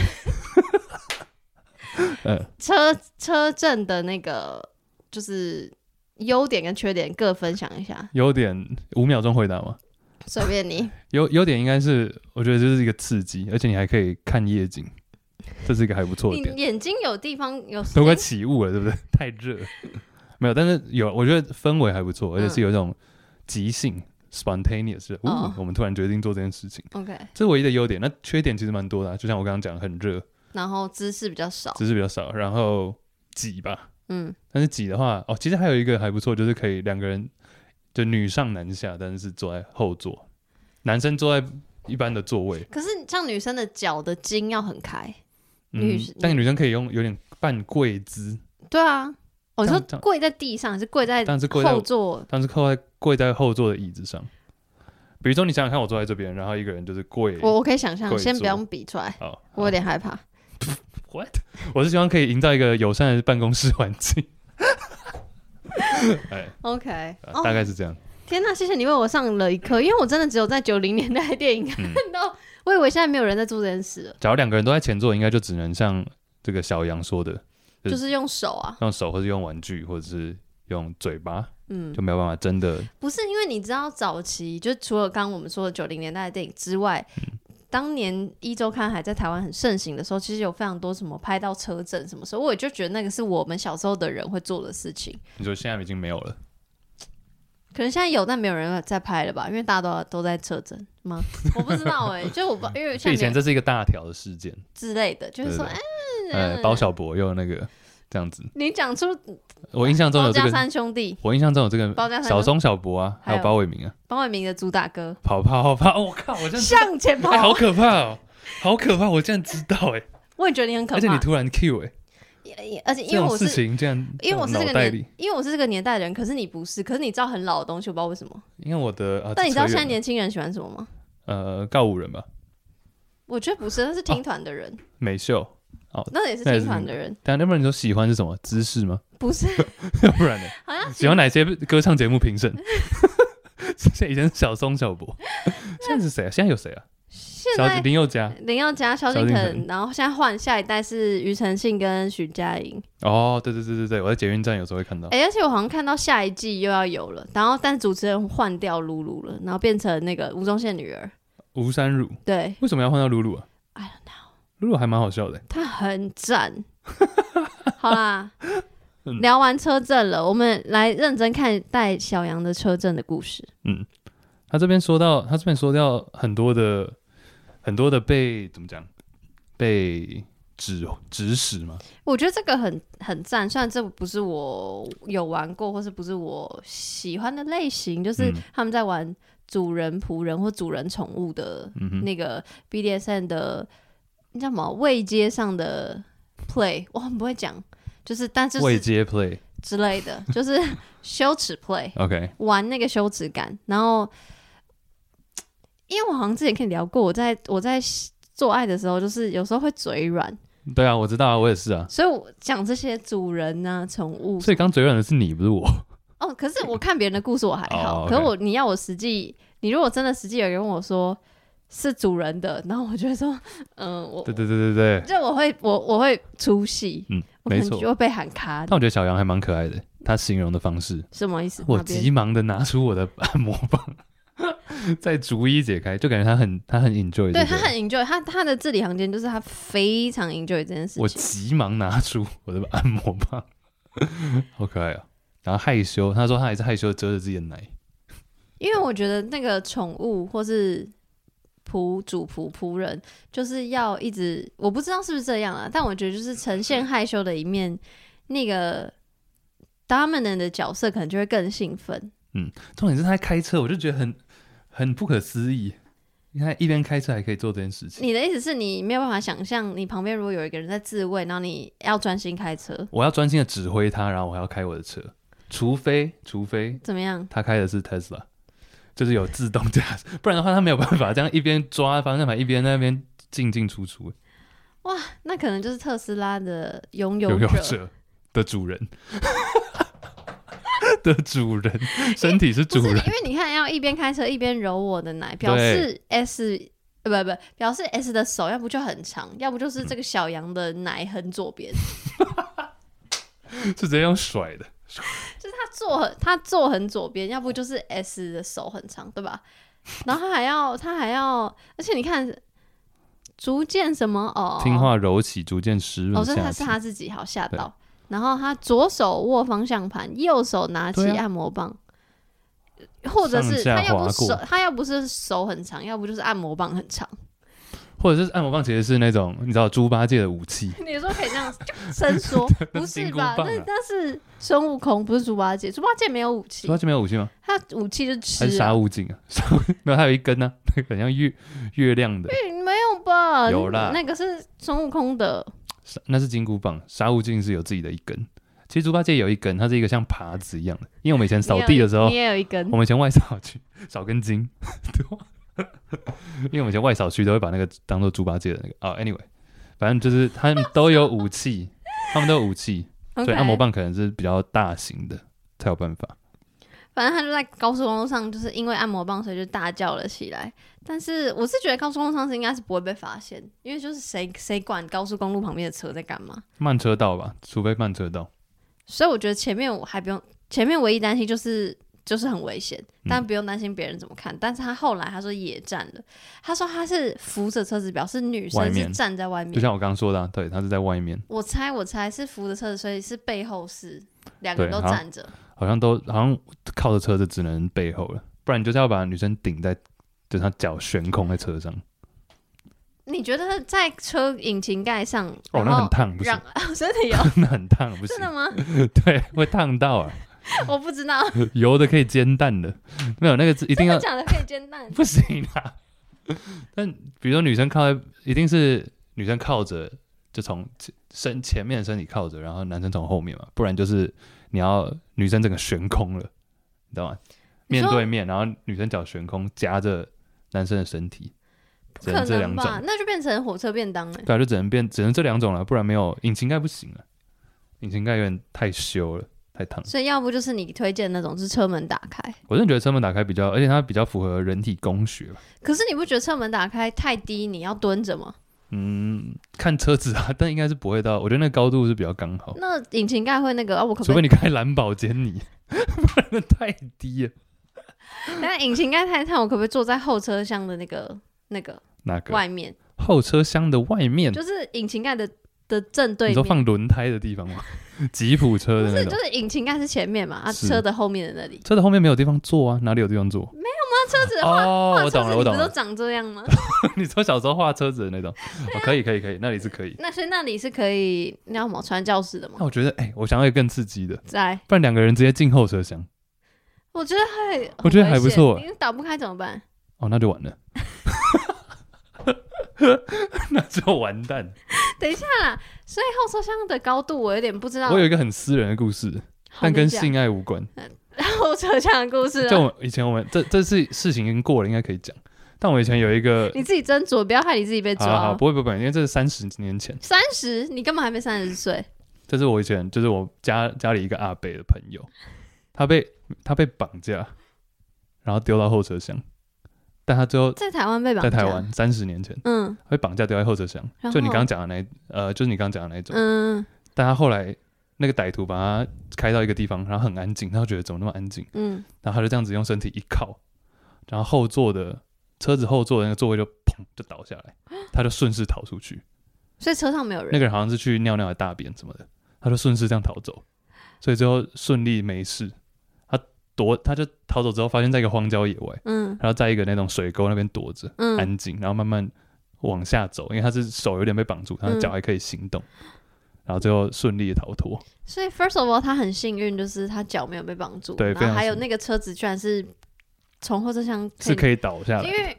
[SPEAKER 1] 嗯，
[SPEAKER 2] 车车震的那个就是优点跟缺点各分享一下，
[SPEAKER 1] 优点五秒钟回答吗？
[SPEAKER 2] 随便 你。
[SPEAKER 1] 优优点应该是，我觉得这是一个刺激，而且你还可以看夜景，这是一个还不错的
[SPEAKER 2] 你
[SPEAKER 1] 点。
[SPEAKER 2] 眼睛有地方有
[SPEAKER 1] 都快
[SPEAKER 2] 神经
[SPEAKER 1] 起雾了，对 不对？太热，没有，但是有，我觉得氛围还不错，而且是有一种即兴、spontaneous 的。哦
[SPEAKER 2] 嗯哦，
[SPEAKER 1] 我们突然决定做这件事情，
[SPEAKER 2] OK，
[SPEAKER 1] 这是唯一的优点。那缺点其实蛮多的啊、就像我刚刚讲，很热，
[SPEAKER 2] 然后姿势比较少，
[SPEAKER 1] 姿势比较少，然后挤吧。
[SPEAKER 2] 嗯，
[SPEAKER 1] 但是挤的话，哦，其实还有一个还不错，就是可以两个人就女上男下，但是是坐在后座，男生坐在一般的座位。
[SPEAKER 2] 可是像女生的脚的筋要很开，
[SPEAKER 1] 嗯
[SPEAKER 2] 女生，
[SPEAKER 1] 但女生可以用有点半跪姿，
[SPEAKER 2] 对啊，我、
[SPEAKER 1] 这
[SPEAKER 2] 说
[SPEAKER 1] 样这样
[SPEAKER 2] 跪在地上还是跪在
[SPEAKER 1] 但是跪在
[SPEAKER 2] 后座？
[SPEAKER 1] 但是靠在跪在后座的椅子上。比如说，你想想看，我坐在这边，然后一个人就是跪。
[SPEAKER 2] 我我可以想象，
[SPEAKER 1] 跪坐
[SPEAKER 2] 先不用比出来，
[SPEAKER 1] 好，
[SPEAKER 2] 我有点害怕。
[SPEAKER 1] what？我是希望可以营造一个友善的办公室环境。 哎、
[SPEAKER 2] OK，
[SPEAKER 1] 呃
[SPEAKER 2] 哦
[SPEAKER 1] 大，概是这样。
[SPEAKER 2] 天呐，谢谢你为我上了一课，因为我真的只有在九零年代的电影
[SPEAKER 1] 嗯
[SPEAKER 2] 看到，我以为现在没有人在做这件事了，
[SPEAKER 1] 假如两个人都在前座，应该就只能像这个小杨说的，是
[SPEAKER 2] 就是用手啊，
[SPEAKER 1] 用手或是用玩具，或者是用嘴巴，
[SPEAKER 2] 嗯，
[SPEAKER 1] 就没有办法真的。嗯
[SPEAKER 2] 不是因为你知道早期就除了刚刚我们说的九零年代的电影之外，当年一周刊还在台湾很盛行的时候，其实有非常多什么拍到车震什么时候，我也就觉得那个是我们小时候的人会做的事情。
[SPEAKER 1] 你说现在已经没有了，
[SPEAKER 2] 可能现在有，但没有人在拍了吧？因为大家都都在车震吗？我不知道哎、就我不因为
[SPEAKER 1] 就
[SPEAKER 2] 像
[SPEAKER 1] 以前这是一个大条的事件，
[SPEAKER 2] 之类的，就是说，
[SPEAKER 1] 对
[SPEAKER 2] 哎、
[SPEAKER 1] 呃，包小博又那个这样子，
[SPEAKER 2] 你讲出
[SPEAKER 1] 我印象中
[SPEAKER 2] 包
[SPEAKER 1] 有这
[SPEAKER 2] 家
[SPEAKER 1] 个，
[SPEAKER 2] 三兄弟、
[SPEAKER 1] 我印象中有这
[SPEAKER 2] 包家
[SPEAKER 1] 个
[SPEAKER 2] 三
[SPEAKER 1] 小松、小博啊，
[SPEAKER 2] 还
[SPEAKER 1] 还
[SPEAKER 2] 有
[SPEAKER 1] 有包伟明啊，
[SPEAKER 2] 包伟明的主打歌
[SPEAKER 1] 跑跑跑跑，我靠，我真
[SPEAKER 2] 《
[SPEAKER 1] 的
[SPEAKER 2] 向前跑
[SPEAKER 1] 哎，》好可怕哦，好可怕，我竟然知道哎，
[SPEAKER 2] 我也觉得你很可
[SPEAKER 1] 而且你
[SPEAKER 2] 怕。
[SPEAKER 1] 突然 Q 哎，
[SPEAKER 2] 也而且
[SPEAKER 1] 这
[SPEAKER 2] 因为
[SPEAKER 1] 种
[SPEAKER 2] 我
[SPEAKER 1] 事
[SPEAKER 2] 是
[SPEAKER 1] 情竟然
[SPEAKER 2] 因为我是
[SPEAKER 1] 在
[SPEAKER 2] 这
[SPEAKER 1] 脑
[SPEAKER 2] 个
[SPEAKER 1] 袋里
[SPEAKER 2] 年，，因为我是这个年代的人，可是你不是，可是你知道很老的东西，我不知道为什么。
[SPEAKER 1] 因为我的啊，
[SPEAKER 2] 但你知道
[SPEAKER 1] 这
[SPEAKER 2] 现
[SPEAKER 1] 扯
[SPEAKER 2] 在
[SPEAKER 1] 远了
[SPEAKER 2] 年轻人喜欢什么吗？
[SPEAKER 1] 呃告五人吧，
[SPEAKER 2] 我觉得不是，那是听团的人，
[SPEAKER 1] 美秀，
[SPEAKER 2] 那也是
[SPEAKER 1] 那也
[SPEAKER 2] 听
[SPEAKER 1] 啊是
[SPEAKER 2] 团
[SPEAKER 1] 听
[SPEAKER 2] 的人，
[SPEAKER 1] 但要不然你说喜欢是什么姿势吗？
[SPEAKER 2] 不是，
[SPEAKER 1] 不然呢？
[SPEAKER 2] 好像
[SPEAKER 1] 喜欢哪些歌唱节目评审？ 以前是小松、小博， 现在是谁啊？现在有谁啊？
[SPEAKER 2] 现
[SPEAKER 1] 小
[SPEAKER 2] 在
[SPEAKER 1] 林宥嘉
[SPEAKER 2] 林宥嘉、萧
[SPEAKER 1] 萧
[SPEAKER 2] 敬
[SPEAKER 1] 敬
[SPEAKER 2] 腾
[SPEAKER 1] 腾，
[SPEAKER 2] 然后现在换下一代是庾澄庆跟许佳莹。
[SPEAKER 1] 哦，对对对对对，我在捷运站有时候会看到。
[SPEAKER 2] 哎、而且我好像看到下一季又要有了，然后但主持人换掉露露了，然后变成那个吴宗宪女儿。
[SPEAKER 1] 吴山如
[SPEAKER 2] 对
[SPEAKER 1] 为什么要换到露露啊？
[SPEAKER 2] ，I don't know。
[SPEAKER 1] 露露还蛮好笑的。欸
[SPEAKER 2] 他很 赞。好啦，
[SPEAKER 1] 嗯
[SPEAKER 2] 聊完车震了，我们来认真看待小杨的车震的故事。
[SPEAKER 1] 嗯，他这边说到，他这边说到很多的很多的被怎么讲被指指使嘛，
[SPEAKER 2] 我觉得这个很很赞，虽然这不是我有玩过，或是不是我喜欢的类型，就是
[SPEAKER 1] 嗯
[SPEAKER 2] 他们在玩主人、仆人或主人宠物的
[SPEAKER 1] 嗯哼，
[SPEAKER 2] 那个 BDSM 的，那叫什么位阶上的 play，我很不会讲，就是但就
[SPEAKER 1] 未
[SPEAKER 2] 是
[SPEAKER 1] 接 play。
[SPEAKER 2] 之类的，就是 羞耻 play。
[SPEAKER 1] OK，
[SPEAKER 2] 玩那个羞耻感，然后因为我好像之前跟你聊过，我在我在做爱的时候，就是有时候会嘴软，
[SPEAKER 1] 对啊，我知道啊，我也是啊。
[SPEAKER 2] 所以我讲这些主人啊、宠物
[SPEAKER 1] 所以刚嘴软的是你，不是我。
[SPEAKER 2] 哦。可是我看别人的故事我还好，
[SPEAKER 1] 哦，OK
[SPEAKER 2] 可是我你要我实际，你如果真的实际有人问我说是主人的，然后我就会说，嗯、我
[SPEAKER 1] 对对对对对，
[SPEAKER 2] 就我会我我会出戏，
[SPEAKER 1] 嗯，
[SPEAKER 2] 我可
[SPEAKER 1] 没
[SPEAKER 2] 能
[SPEAKER 1] 错
[SPEAKER 2] 就。会被喊卡
[SPEAKER 1] 但，我觉得小杨还蛮可爱的，他形容的方式，
[SPEAKER 2] 什么意思？
[SPEAKER 1] 我
[SPEAKER 2] 哪边
[SPEAKER 1] 急忙的拿出我的 按摩棒，再逐一解开，就感觉他很他很 enjoy，
[SPEAKER 2] 对
[SPEAKER 1] 这
[SPEAKER 2] 他
[SPEAKER 1] 个
[SPEAKER 2] 很 enjoy，他他的字里行间就是他非常 enjoy 这件事情。
[SPEAKER 1] 我急忙拿出我的按摩棒， 好可爱啊！然后害羞，他说他还是害羞地遮着自己的奶，
[SPEAKER 2] 因为我觉得那个宠物或是仆主仆仆人，就是要一直，我不知道是不是这样啊，但我觉得就是呈现害羞的一面，那个 dominant 的角色可能就会更兴奋。
[SPEAKER 1] 重点是他在开车，我就觉得很很不可思议。你看，一边开车还可以做这件事情。
[SPEAKER 2] 你的意思是你没有办法想象，你旁边如果有一个人在自慰，然后你要专心开车，
[SPEAKER 1] 我要专心的指挥他，然后我还要开我的车，除非除非
[SPEAKER 2] 怎么样？
[SPEAKER 1] 他开的是 Tesla，就是有自动驾驶， 不然的话他没有办法这样一边抓方向盘一边在那边进进出出。
[SPEAKER 2] 那可能就是特斯拉的拥
[SPEAKER 1] 拥有
[SPEAKER 2] 者。
[SPEAKER 1] 者的主人 的主人， 身体是
[SPEAKER 2] 不
[SPEAKER 1] 主
[SPEAKER 2] 是，因
[SPEAKER 1] 人，
[SPEAKER 2] 为你看，要一边开车一边揉我的奶，表示 S 呃不不，表示 S 的手要不就很长，要不就是这个小羊的奶很左 边。
[SPEAKER 1] 是直接用甩的。
[SPEAKER 2] 他坐很他坐很左边，要不就是 S 的手很长，对吧？然后他还要他还要，而且你看，逐渐什么哦，
[SPEAKER 1] 听话柔起，逐渐湿
[SPEAKER 2] 哦，
[SPEAKER 1] 润
[SPEAKER 2] 所
[SPEAKER 1] 下
[SPEAKER 2] 以
[SPEAKER 1] 去。
[SPEAKER 2] 他是他自己好吓
[SPEAKER 1] 对
[SPEAKER 2] 到。然后他左手握方向盘，右手拿起
[SPEAKER 1] 对啊
[SPEAKER 2] 按摩棒，或者是
[SPEAKER 1] 上下
[SPEAKER 2] 他要不
[SPEAKER 1] 滑过
[SPEAKER 2] 手他要不是手很长，要不就是按摩棒很长。
[SPEAKER 1] 或者是哎按摩棒，其实是那种你知道猪八戒的武器，
[SPEAKER 2] 你说可以这 样伸缩，不是吧？
[SPEAKER 1] 那是金箍棒啊
[SPEAKER 2] 那那是孙悟空，不是猪八戒。猪八戒没有武器
[SPEAKER 1] 猪，八戒没有武器吗？
[SPEAKER 2] 他武器就是
[SPEAKER 1] 还是
[SPEAKER 2] 吃、
[SPEAKER 1] 杀
[SPEAKER 2] 啊。
[SPEAKER 1] 悟净啊？ 杀悟没有，他有一根呢、啊， 那个很像月月亮的，
[SPEAKER 2] 嗯没有吧？
[SPEAKER 1] 有啦
[SPEAKER 2] 那个是孙悟空的。
[SPEAKER 1] 杀那是金箍棒。杀悟净是有自己的一根，其实猪八戒有一根，它是一个像耙子一样的，因为我们以前扫地的时候
[SPEAKER 2] 你，也有一根
[SPEAKER 1] 我。们以前外扫区少根筋， 对吧因为我们以前外扫区都会把那个当做猪八戒的那个啊、a n y w a y 反正就是他们都有武器，他们都有武器，所
[SPEAKER 2] OK，
[SPEAKER 1] 以按摩棒可能是比较大型的才有办法。
[SPEAKER 2] 反正他就在高速公路上，就是因为按摩棒，所以就大叫了起来。但是我是觉得高速公路上是应该是不会被发现，因为就是谁谁管高速公路旁边的车在干嘛？
[SPEAKER 1] 慢车道吧，除非慢车道，
[SPEAKER 2] 所以我觉得前面我还不用，前面唯一担心就是就是很危险，
[SPEAKER 1] 嗯
[SPEAKER 2] 但不用担心别人怎么看。但是他后来他说野战了，他说他是扶着车子，表示女生
[SPEAKER 1] 外
[SPEAKER 2] 是
[SPEAKER 1] 面
[SPEAKER 2] 站在外面。
[SPEAKER 1] 就像我刚刚说的、啊，对，他是在外面，
[SPEAKER 2] 我猜我猜是扶着车子，所以是背后是两个人
[SPEAKER 1] 对
[SPEAKER 2] 都
[SPEAKER 1] 好
[SPEAKER 2] 站着。
[SPEAKER 1] 好像都好像靠着车子只能背后了，不然你就是要把女生顶在，就是她脚悬空在车上，
[SPEAKER 2] 你觉得在车引擎盖上，
[SPEAKER 1] 哦，
[SPEAKER 2] 然
[SPEAKER 1] 那
[SPEAKER 2] 后
[SPEAKER 1] 很烫，不行
[SPEAKER 2] 让， 真的有
[SPEAKER 1] 那很烫，不行
[SPEAKER 2] 真，的 吗？
[SPEAKER 1] 对，会烫到啊，
[SPEAKER 2] 我不知道，
[SPEAKER 1] 油的可以煎蛋的，没有那个是一定
[SPEAKER 2] 真
[SPEAKER 1] 要，
[SPEAKER 2] 的假的可以煎蛋
[SPEAKER 1] 不行啊。但比如说女生靠在，一定是女生靠着，就从身前面的身体靠着，然后男生从后面嘛，不然就是你要女生整个悬空了，你知道吗？
[SPEAKER 2] 你
[SPEAKER 1] 面
[SPEAKER 2] 说
[SPEAKER 1] 对面，然后女生脚悬空夹着男生的身体，
[SPEAKER 2] 不
[SPEAKER 1] 只
[SPEAKER 2] 可
[SPEAKER 1] 能这两
[SPEAKER 2] 能
[SPEAKER 1] 种
[SPEAKER 2] 吧？，那就变成火车便当欸了。
[SPEAKER 1] 对啊，就只能变只能这两种了，不然没有引擎盖不行了，啊引擎盖有点太羞了，太烫。
[SPEAKER 2] 所以要不就是你推荐那种是车门打开，
[SPEAKER 1] 我真的觉得车门打开比较，而且它比较符合人体工学吧。
[SPEAKER 2] 可是你不觉得车门打开太低，你要蹲着吗？
[SPEAKER 1] 嗯，看车子啊，但应该是不会到，我觉得那高度是比较刚好，
[SPEAKER 2] 那引擎盖会那个啊，我可
[SPEAKER 1] 哦除
[SPEAKER 2] 不
[SPEAKER 1] 非
[SPEAKER 2] 可以？
[SPEAKER 1] 你开蓝宝坚尼， 不然那太低了。
[SPEAKER 2] 那引擎盖太烫，我可不可以坐在后车厢的那个那个
[SPEAKER 1] 哪个？
[SPEAKER 2] 外面？
[SPEAKER 1] 后车厢的外面，
[SPEAKER 2] 就是引擎盖的的正对
[SPEAKER 1] 嗯你说
[SPEAKER 2] 面。
[SPEAKER 1] 放轮胎的地方吗？ 吉普车
[SPEAKER 2] 不
[SPEAKER 1] 的
[SPEAKER 2] 是，
[SPEAKER 1] 那种
[SPEAKER 2] 就。是引擎盖是前面嘛，啊，
[SPEAKER 1] 是
[SPEAKER 2] 车的后面的那里。
[SPEAKER 1] 车的后面没有地方坐啊，哪里有地方坐？
[SPEAKER 2] 车子的话，
[SPEAKER 1] 哦，我
[SPEAKER 2] 车子
[SPEAKER 1] 懂了，
[SPEAKER 2] 你不
[SPEAKER 1] 我懂
[SPEAKER 2] 都
[SPEAKER 1] 了。
[SPEAKER 2] 长这样吗？
[SPEAKER 1] 你说小时候画车子的那种，
[SPEAKER 2] 啊
[SPEAKER 1] 哦，可以，可以，可以，那里是可以。
[SPEAKER 2] 那所以那里是可以那叫什么传教士的
[SPEAKER 1] 那
[SPEAKER 2] 吗？
[SPEAKER 1] 我觉得，哎、我想要一个更刺激的，
[SPEAKER 2] 在，
[SPEAKER 1] 不然两个人直接进后车厢，
[SPEAKER 2] 我觉得还，
[SPEAKER 1] 我觉得还不错
[SPEAKER 2] 很危险你打不开怎么办？
[SPEAKER 1] 哦，那就 完了， 那就完蛋。
[SPEAKER 2] 等一下啦，所以后车厢的高度我有点不知道。
[SPEAKER 1] 我有一个很私人的故事，
[SPEAKER 2] 好
[SPEAKER 1] 但跟
[SPEAKER 2] 你讲
[SPEAKER 1] 性爱无关。
[SPEAKER 2] 后车厢的故事、
[SPEAKER 1] 就
[SPEAKER 2] 啊，
[SPEAKER 1] 我以前我们这这是事情已经过了，应该可以讲。但我以前有一个，
[SPEAKER 2] 你自己啊斟酌，不要害你自己被
[SPEAKER 1] 好好好
[SPEAKER 2] 抓。
[SPEAKER 1] 不会不会，不会因为这是三十年前，
[SPEAKER 2] 三十，你根本还没三十岁，
[SPEAKER 1] 这是我以前就是我家家里一个阿伯的朋友，他被他被绑架，然后丢到后车厢，但他最后
[SPEAKER 2] 在台湾被绑
[SPEAKER 1] 在
[SPEAKER 2] 架。
[SPEAKER 1] 台湾三十年前
[SPEAKER 2] 嗯
[SPEAKER 1] 他被绑架丢在后车厢，
[SPEAKER 2] 然
[SPEAKER 1] 就你
[SPEAKER 2] 后
[SPEAKER 1] 刚刚讲的那一呃，就是你刚刚讲的那一种，
[SPEAKER 2] 嗯
[SPEAKER 1] 但他后来那个歹徒把他开到一个地方，然后很安静，他就觉得怎么那么安静。
[SPEAKER 2] 嗯，
[SPEAKER 1] 然后他就这样子用身体一靠，然后后座的车子后座的那个座位就砰就倒下来，他就顺势逃出去。
[SPEAKER 2] 所以车上没有人。
[SPEAKER 1] 那个人好像是去尿尿还大便什么的，他就顺势这样逃走，所以最后顺利没事。他躲，他就逃走之后，发现在一个荒郊野外，
[SPEAKER 2] 嗯
[SPEAKER 1] 然后在一个那种水沟那边躲着，
[SPEAKER 2] 嗯，
[SPEAKER 1] 安静，然后慢慢往下走，因为他是手有点被绑住，他的
[SPEAKER 2] 嗯
[SPEAKER 1] 脚还可以行动，然后最后顺利地逃脱。
[SPEAKER 2] 所以 first of all，他很幸运，就是他脚没有被绑住，
[SPEAKER 1] 对
[SPEAKER 2] 然
[SPEAKER 1] 非
[SPEAKER 2] 后
[SPEAKER 1] 常
[SPEAKER 2] 还有
[SPEAKER 1] 幸
[SPEAKER 2] 那个车子居然是从后车厢
[SPEAKER 1] 是可以倒下
[SPEAKER 2] 因
[SPEAKER 1] 来，
[SPEAKER 2] 为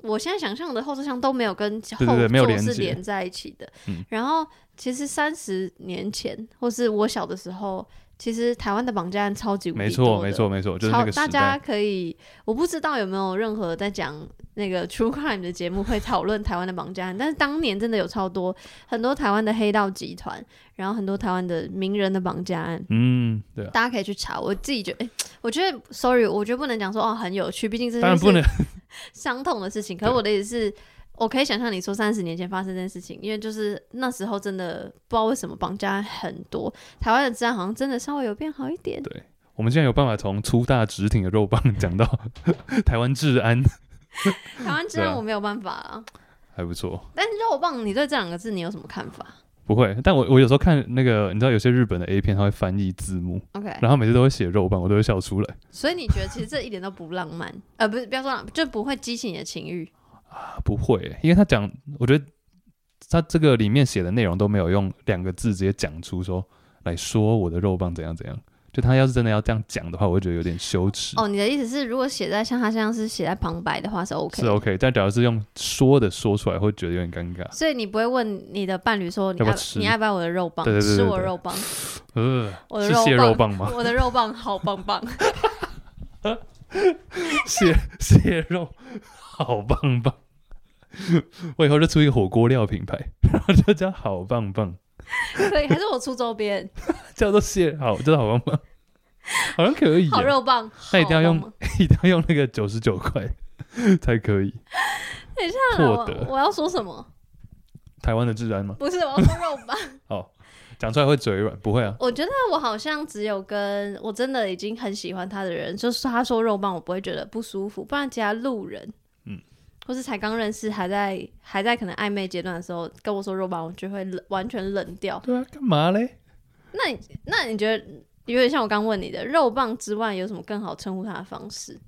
[SPEAKER 2] 我现在想象的后车厢都没有跟后
[SPEAKER 1] 对对没有
[SPEAKER 2] 座
[SPEAKER 1] 连
[SPEAKER 2] 是
[SPEAKER 1] 接
[SPEAKER 2] 连在一起的。
[SPEAKER 1] 嗯
[SPEAKER 2] 然后其实三十年前，或是我小的时候，其实台湾的绑架案超级无敌
[SPEAKER 1] 没
[SPEAKER 2] 多
[SPEAKER 1] 错，
[SPEAKER 2] 的
[SPEAKER 1] 没错，。没错，就是那
[SPEAKER 2] 超
[SPEAKER 1] 个时
[SPEAKER 2] 大
[SPEAKER 1] 代
[SPEAKER 2] 家。可以，我不知道有没有任何在讲那个 True Crime 的节目会讨论台湾的绑架案，但是当年真的有超多很多台湾的黑道集团，然后很多台湾的名人的绑架案，
[SPEAKER 1] 嗯，对啊，
[SPEAKER 2] 大家可以去查。我自己觉得，哎、我觉得 Sorry，我觉得不能讲说哦很有趣，毕竟这
[SPEAKER 1] 当然
[SPEAKER 2] 件
[SPEAKER 1] 不
[SPEAKER 2] 事
[SPEAKER 1] 能，
[SPEAKER 2] 伤痛的事情。可是
[SPEAKER 1] 对
[SPEAKER 2] 我的意思是，我可以想象你说三十年前发生这件事情，因为就是那时候真的不知道为什么绑架案很多，台湾的治安好像真的稍微有变好一点
[SPEAKER 1] 对。我们现在有办法从粗大直挺的 肉棒讲到台湾治安，
[SPEAKER 2] 台湾治安
[SPEAKER 1] 对啊
[SPEAKER 2] 我没有办法啊。
[SPEAKER 1] 还不错。
[SPEAKER 2] 但是肉棒，你对这两个字你有什么看 法
[SPEAKER 1] 不会，但我我有时候看那个，你知道有些日本的 A 片，它会翻译字幕，
[SPEAKER 2] ？OK，
[SPEAKER 1] 然后每次都会写肉棒，我都会笑出来
[SPEAKER 2] 所以你觉得其实这一点都不浪漫，呃，不是不要说浪，就不会激起你的情欲。
[SPEAKER 1] 啊。不会欸，因为他讲，我觉得他这个里面写的内容都没有用两个字直接讲出说来说我的肉棒怎样怎样。就他要是真的要这样讲的话，我会觉得有点羞耻。
[SPEAKER 2] 哦，你的意思是，如果写在像他这样是写在旁白的话是 OK，
[SPEAKER 1] 是 OK，但假如是用说的说出来，会觉得有点尴尬。
[SPEAKER 2] 所以你不会问你的伴侣说你
[SPEAKER 1] 要不
[SPEAKER 2] 爱
[SPEAKER 1] 要吃
[SPEAKER 2] 你爱不爱我的肉棒，
[SPEAKER 1] 对对对对
[SPEAKER 2] 吃我
[SPEAKER 1] 对
[SPEAKER 2] 肉 棒，
[SPEAKER 1] 呃，
[SPEAKER 2] 我的
[SPEAKER 1] 是蟹肉
[SPEAKER 2] 棒
[SPEAKER 1] 棒吗？
[SPEAKER 2] 我的肉棒好棒棒，
[SPEAKER 1] 蟹 蟹肉好棒棒。我以后就出一个火锅料品牌，然后就叫好棒棒，
[SPEAKER 2] 可以还是我出周边，
[SPEAKER 1] 叫做蟹好，叫做好棒棒，好像可以耶，
[SPEAKER 2] 好肉棒，
[SPEAKER 1] 那一定要用
[SPEAKER 2] 好棒棒
[SPEAKER 1] 一定要用那个九十九块才可以。
[SPEAKER 2] 等一下啊
[SPEAKER 1] 获
[SPEAKER 2] 啦，
[SPEAKER 1] 得
[SPEAKER 2] 我我要说什么？
[SPEAKER 1] 台湾的治安吗？
[SPEAKER 2] 不是，我要说肉棒，
[SPEAKER 1] 好，讲出来会嘴软，不会啊，
[SPEAKER 2] 我觉得我好像只有跟我真的已经很喜欢他的人，就是他说肉棒，我不会觉得不舒服，不然其他路人，
[SPEAKER 1] 嗯，
[SPEAKER 2] 或是才刚认识，还在还在可能暧昧阶段的时候跟我说肉棒，我就会冷完全冷掉。
[SPEAKER 1] 对啊，干嘛嘞？
[SPEAKER 2] 那你那你觉得有点像我刚问你的，肉棒之外有什么更好称呼他的方式？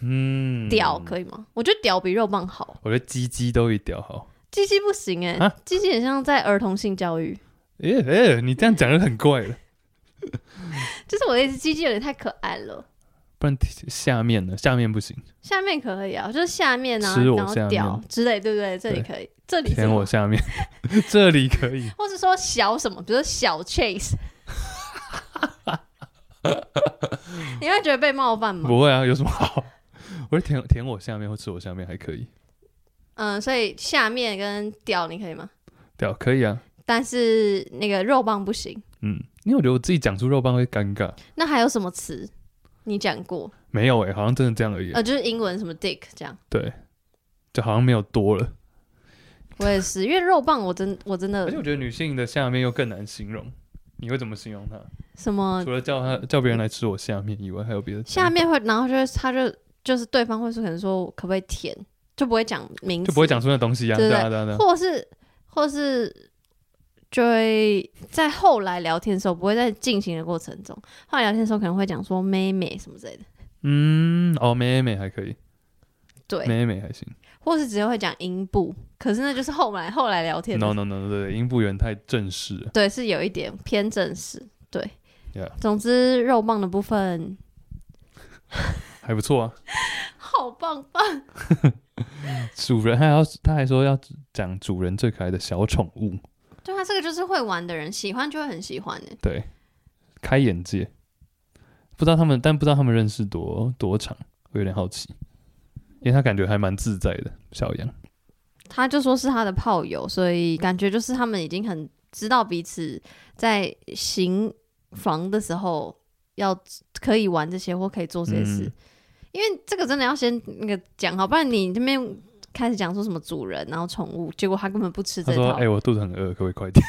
[SPEAKER 1] 嗯，
[SPEAKER 2] 屌可以吗？我觉得屌比肉棒好，
[SPEAKER 1] 我觉得鸡鸡都一屌好。
[SPEAKER 2] 鸡鸡不行哎、
[SPEAKER 1] 啊
[SPEAKER 2] 鸡鸡很像在儿童性教育，
[SPEAKER 1] 哎、哎、你这样讲就很怪了。
[SPEAKER 2] 就是我的意思，鸡鸡有点太可爱了。
[SPEAKER 1] 不然下面呢？下面不行，
[SPEAKER 2] 下面可以啊，就是下面啊，
[SPEAKER 1] 吃我
[SPEAKER 2] 然后
[SPEAKER 1] 下面
[SPEAKER 2] 屌之类，对不对？这里
[SPEAKER 1] 对
[SPEAKER 2] 可以，这里是
[SPEAKER 1] 舔我
[SPEAKER 2] 吗，
[SPEAKER 1] 下面， 这里可以。
[SPEAKER 2] 或是说小什么，比如说小 Chase，你会觉得被冒犯吗？
[SPEAKER 1] 不会啊，有什么好？我是舔舔我下面或吃我下面还可以，
[SPEAKER 2] 嗯，所以下面跟屌你可以吗？
[SPEAKER 1] 屌可以啊，
[SPEAKER 2] 但是那个肉棒不行。
[SPEAKER 1] 嗯，因为我觉得我自己讲出肉棒会尴尬，
[SPEAKER 2] 那还有什么词你讲过？
[SPEAKER 1] 没有哎、好像真的这样而已，
[SPEAKER 2] 呃，就是英文什么 dick 这样。
[SPEAKER 1] 对，就好像没有多了，
[SPEAKER 2] 我也是，因为肉棒我真我真
[SPEAKER 1] 而且我
[SPEAKER 2] 的
[SPEAKER 1] 觉得女性的下面又更难形容，你会怎么形容它？
[SPEAKER 2] 什么
[SPEAKER 1] 除了叫她叫别人来吃我下面以外，还有别的讲
[SPEAKER 2] 呃
[SPEAKER 1] 法
[SPEAKER 2] 下面会，然后就是他就就是对方会说可能说可不可以舔，就不会讲名字，
[SPEAKER 1] 就不会讲出那东西啊，
[SPEAKER 2] 对
[SPEAKER 1] 对
[SPEAKER 2] 对
[SPEAKER 1] 啊对啊对啊，
[SPEAKER 2] 或是或是就会在后来聊天的时候，不会在进行的过程中，后来聊天的时候可能会讲说妹妹什么之类的，
[SPEAKER 1] 嗯，哦，妹妹还可以，
[SPEAKER 2] 对，
[SPEAKER 1] 妹妹还行
[SPEAKER 2] 或是直接会讲阴部，可是那就是后来后来聊天的
[SPEAKER 1] ，no no no，no，对，音部员太正式了，
[SPEAKER 2] 对，是有一点偏正式，对
[SPEAKER 1] Yeah
[SPEAKER 2] 总之肉棒的部分
[SPEAKER 1] 还不错啊。
[SPEAKER 2] 好棒啊棒，
[SPEAKER 1] 主人还要，他还说要讲主人最可爱的小宠物，
[SPEAKER 2] 对他这个就是会玩的人，喜欢就会很喜欢欸诶，
[SPEAKER 1] 对，开眼界。不知道他们，但不知道他们认识多多长，我有点好奇，因为他感觉还蛮自在的小羊。
[SPEAKER 2] 他就说是他的炮友，所以感觉就是他们已经很知道彼此在行房的时候要可以玩这些或可以做这些事，
[SPEAKER 1] 嗯
[SPEAKER 2] 因为这个真的要先那个讲好，不然你这边开始讲说什么主人，然后宠物，结果他根本不吃
[SPEAKER 1] 他
[SPEAKER 2] 这
[SPEAKER 1] 说：“
[SPEAKER 2] 套，
[SPEAKER 1] 哎、我肚子很饿，可不可以快 点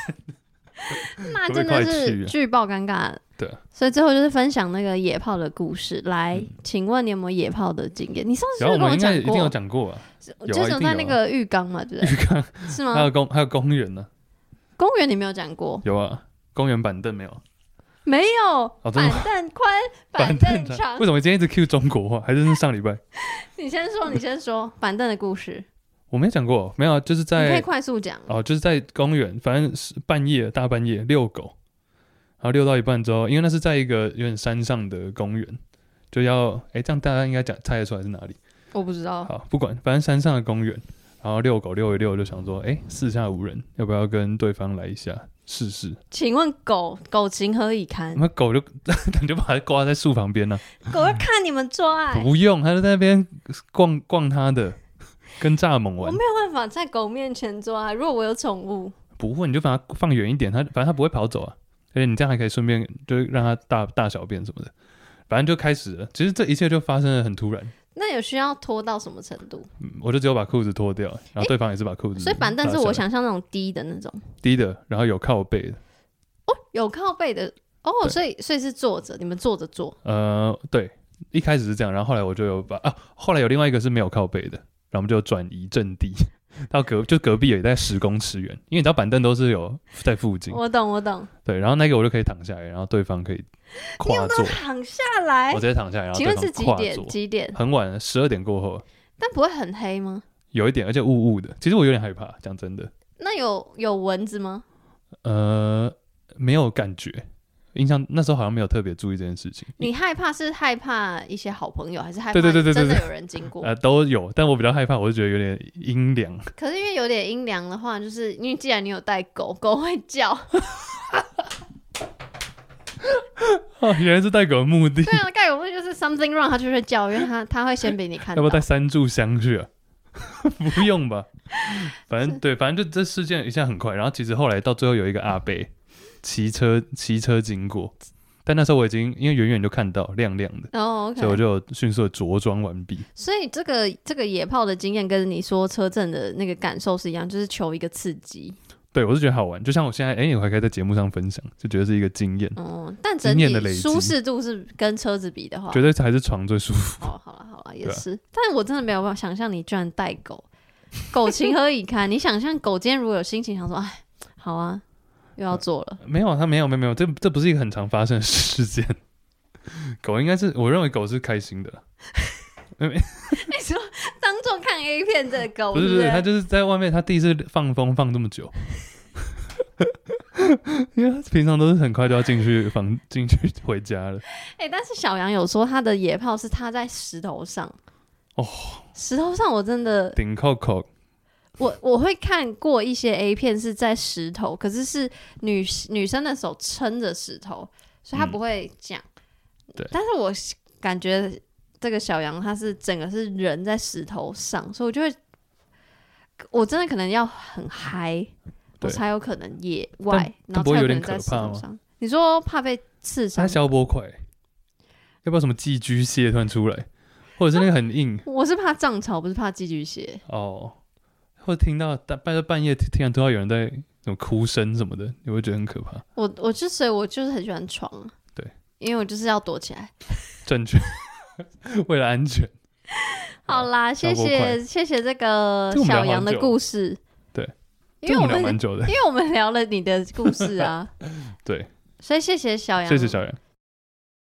[SPEAKER 2] 那
[SPEAKER 1] 可不可
[SPEAKER 2] 真
[SPEAKER 1] 以
[SPEAKER 2] 的
[SPEAKER 1] 快去
[SPEAKER 2] 是
[SPEAKER 1] 啊
[SPEAKER 2] 巨爆尴尬。？”
[SPEAKER 1] 对啊，
[SPEAKER 2] 所以最后就是分享那个野炮的故事。来，请问你有没有野炮的经验？你上次
[SPEAKER 1] 然后
[SPEAKER 2] 有跟
[SPEAKER 1] 我们应该
[SPEAKER 2] 讲
[SPEAKER 1] 一定有
[SPEAKER 2] 过，
[SPEAKER 1] 讲过啊，有啊
[SPEAKER 2] 就是
[SPEAKER 1] 一定
[SPEAKER 2] 在
[SPEAKER 1] 有
[SPEAKER 2] 那
[SPEAKER 1] 啊
[SPEAKER 2] 个浴缸嘛， 对不对？嗯
[SPEAKER 1] 浴缸
[SPEAKER 2] 是
[SPEAKER 1] 还有
[SPEAKER 2] 吗？
[SPEAKER 1] 公还有公园呢、
[SPEAKER 2] 公园你没有讲过。
[SPEAKER 1] 有啊，公园板凳没有？啊
[SPEAKER 2] 没有，
[SPEAKER 1] 哦真的
[SPEAKER 2] 板
[SPEAKER 1] 吗
[SPEAKER 2] 凳 宽，板凳长
[SPEAKER 1] 为。什么今天一直 Q 中国话？还是是上礼拜
[SPEAKER 2] 你先说，你先说板凳的故事，
[SPEAKER 1] 我没有讲过，没有啊，就是
[SPEAKER 2] 你可以
[SPEAKER 1] 在
[SPEAKER 2] 快速讲。
[SPEAKER 1] 哦，就是在公园，反正是半夜大半夜遛狗，然后遛到一半之后，因为那是在一个有点山上的公园，就要哎，这样大家应该讲猜得出来是哪里。
[SPEAKER 2] 我不知道，
[SPEAKER 1] 好，不管，反正山上的公园，然后遛狗遛一遛，就想说，哎，四下无人，要不要跟对方来一下试试？
[SPEAKER 2] 请问狗狗情何以堪？
[SPEAKER 1] 那狗就你就把它挂在树旁边呢、
[SPEAKER 2] 狗要看你们做爱，
[SPEAKER 1] 不用，它就在那边逛逛它的，跟蚱蜢
[SPEAKER 2] 我
[SPEAKER 1] 玩
[SPEAKER 2] 没。有办法在狗面前做爱。如果我有宠物，
[SPEAKER 1] 不会，你就把它放远一点，它反正它不会跑走啊。而且你这样还可以顺便就是让它大大小便什么的，反正就开始了。其实这一切就发生的很突然，
[SPEAKER 2] 那有需要拖到什么程度？
[SPEAKER 1] 嗯我就只有把裤子脱掉，然后对方也是把裤子、
[SPEAKER 2] 所以板凳是我想象那种低的那种，
[SPEAKER 1] 低的，然后有靠背的。
[SPEAKER 2] 有靠背的。哦，
[SPEAKER 1] 对
[SPEAKER 2] 所以所以是坐着，你们坐着坐。
[SPEAKER 1] 呃，对，一开始是这样，然后后来我就有把啊，后来有另外一个是没有靠背的，然后我们就转移阵地 到隔就隔壁也在十公尺远，因为你知道板凳都是有在附近，
[SPEAKER 2] 我懂，我懂。
[SPEAKER 1] 对，然后那个我就可以躺下来，然后对方可以跨坐，
[SPEAKER 2] 躺下来
[SPEAKER 1] 我直，接躺下来，然后
[SPEAKER 2] 哎请
[SPEAKER 1] 对
[SPEAKER 2] 问是
[SPEAKER 1] 方
[SPEAKER 2] 几
[SPEAKER 1] 跨坐
[SPEAKER 2] 点？。几点？
[SPEAKER 1] 很晚，十二点过后
[SPEAKER 2] 但不会很黑吗？
[SPEAKER 1] 有一点，而且雾雾的。其实我有点害怕，讲真的，
[SPEAKER 2] 那有有蚊子吗？
[SPEAKER 1] 呃，没有感觉，印象那时候好像没有特别注意这件事情，
[SPEAKER 2] 你害怕是害怕一些好朋友，还是害怕
[SPEAKER 1] 对对对对对
[SPEAKER 2] 真的
[SPEAKER 1] 对
[SPEAKER 2] 有人经过？
[SPEAKER 1] 呃都有，但我比较害怕，我就觉得有点阴凉，
[SPEAKER 2] 可是因为有点阴凉的话，就是因为既然你有带狗， 狗会叫，
[SPEAKER 1] 哦，原来是带狗的目的，
[SPEAKER 2] 对啊，盖有问就是 something wrong，它就会叫，因为它它会先比你看
[SPEAKER 1] 要
[SPEAKER 2] 到
[SPEAKER 1] 不要。带三炷香去啊？ 不用 吧，反正对，反正就这事件一下很快，然后其实后来到最后有一个阿伯骑车骑车经过，但那时候我已经因为远远就看到亮亮的，
[SPEAKER 2] 哦、o
[SPEAKER 1] 所以我
[SPEAKER 2] k
[SPEAKER 1] 就迅速的着装完毕。
[SPEAKER 2] 所以这个这个野炮的经验跟你说车震的那个感受是一样，就是求一个刺激。
[SPEAKER 1] 对我是觉得好玩，就像我现在，哎、我还可以在节目上分享，就觉得是一个经验，
[SPEAKER 2] 嗯，但整
[SPEAKER 1] 经验的
[SPEAKER 2] 体
[SPEAKER 1] 累积
[SPEAKER 2] 舒适度是跟车子比的话，
[SPEAKER 1] 觉得还是床最舒服。
[SPEAKER 2] 哦，好了好了，也
[SPEAKER 1] 对啊
[SPEAKER 2] 是，但我真的没有办法想象你居然带狗，狗情何以堪？ 你想象狗今天如果有心情想说，哎，好啊，又
[SPEAKER 1] 嗯
[SPEAKER 2] 要做了，
[SPEAKER 1] 没有，他没有，没有，没有，这这不是一个很常发生的事件。 狗应该是，我认为狗是开心的啦，
[SPEAKER 2] 当众看 A 片的狗，
[SPEAKER 1] 不是，不
[SPEAKER 2] 对
[SPEAKER 1] 是，
[SPEAKER 2] 对
[SPEAKER 1] 它就是在外面，它第一次放风放这么久， 因为它平常都是很快就要进去房 进去回家了。
[SPEAKER 2] 哎、但是小杨有说他的野炮是他在石头上
[SPEAKER 1] 哦，
[SPEAKER 2] 石头上我真的
[SPEAKER 1] 顶扣扣，
[SPEAKER 2] 我我会看过一些 A 片是在石头，可是是女女生的手撑着石头，所以她
[SPEAKER 1] 嗯
[SPEAKER 2] 不会讲。
[SPEAKER 1] 对
[SPEAKER 2] 但是我感觉这个小羊它是整个是人在石头上，所以我就会，我真的可能要很嗨，我
[SPEAKER 1] 对
[SPEAKER 2] 才有可能野外，然
[SPEAKER 1] 但
[SPEAKER 2] 后
[SPEAKER 1] 不会
[SPEAKER 2] 才
[SPEAKER 1] 有
[SPEAKER 2] 可
[SPEAKER 1] 点
[SPEAKER 2] 能在
[SPEAKER 1] 可
[SPEAKER 2] 石
[SPEAKER 1] 怕
[SPEAKER 2] 头
[SPEAKER 1] 吗
[SPEAKER 2] 上。你说怕被刺
[SPEAKER 1] 它
[SPEAKER 2] 伤？
[SPEAKER 1] 消波块，要不要什么寄居蟹突然出来，或者是那个很硬
[SPEAKER 2] 我是怕涨潮，不是怕寄居蟹。
[SPEAKER 1] 哦，或者听到半半半夜听听到有人在什么哭声什么的，你会觉得很可怕。
[SPEAKER 2] 我我之所以我就是很喜欢床，
[SPEAKER 1] 对，
[SPEAKER 2] 因为我就是要躲起来。
[SPEAKER 1] 正确， 为了安全，哦
[SPEAKER 2] 好啦，谢
[SPEAKER 1] 波
[SPEAKER 2] 谢
[SPEAKER 1] 块
[SPEAKER 2] 谢谢这个
[SPEAKER 1] 这个我们聊
[SPEAKER 2] 小杨
[SPEAKER 1] 好
[SPEAKER 2] 的
[SPEAKER 1] 久
[SPEAKER 2] 故事。
[SPEAKER 1] 对，
[SPEAKER 2] 因为我
[SPEAKER 1] 这个聊
[SPEAKER 2] 们
[SPEAKER 1] 蛮久的
[SPEAKER 2] 因。为我们聊了你的故事啊，
[SPEAKER 1] 对，
[SPEAKER 2] 所以谢谢小杨，
[SPEAKER 1] 谢谢小杨，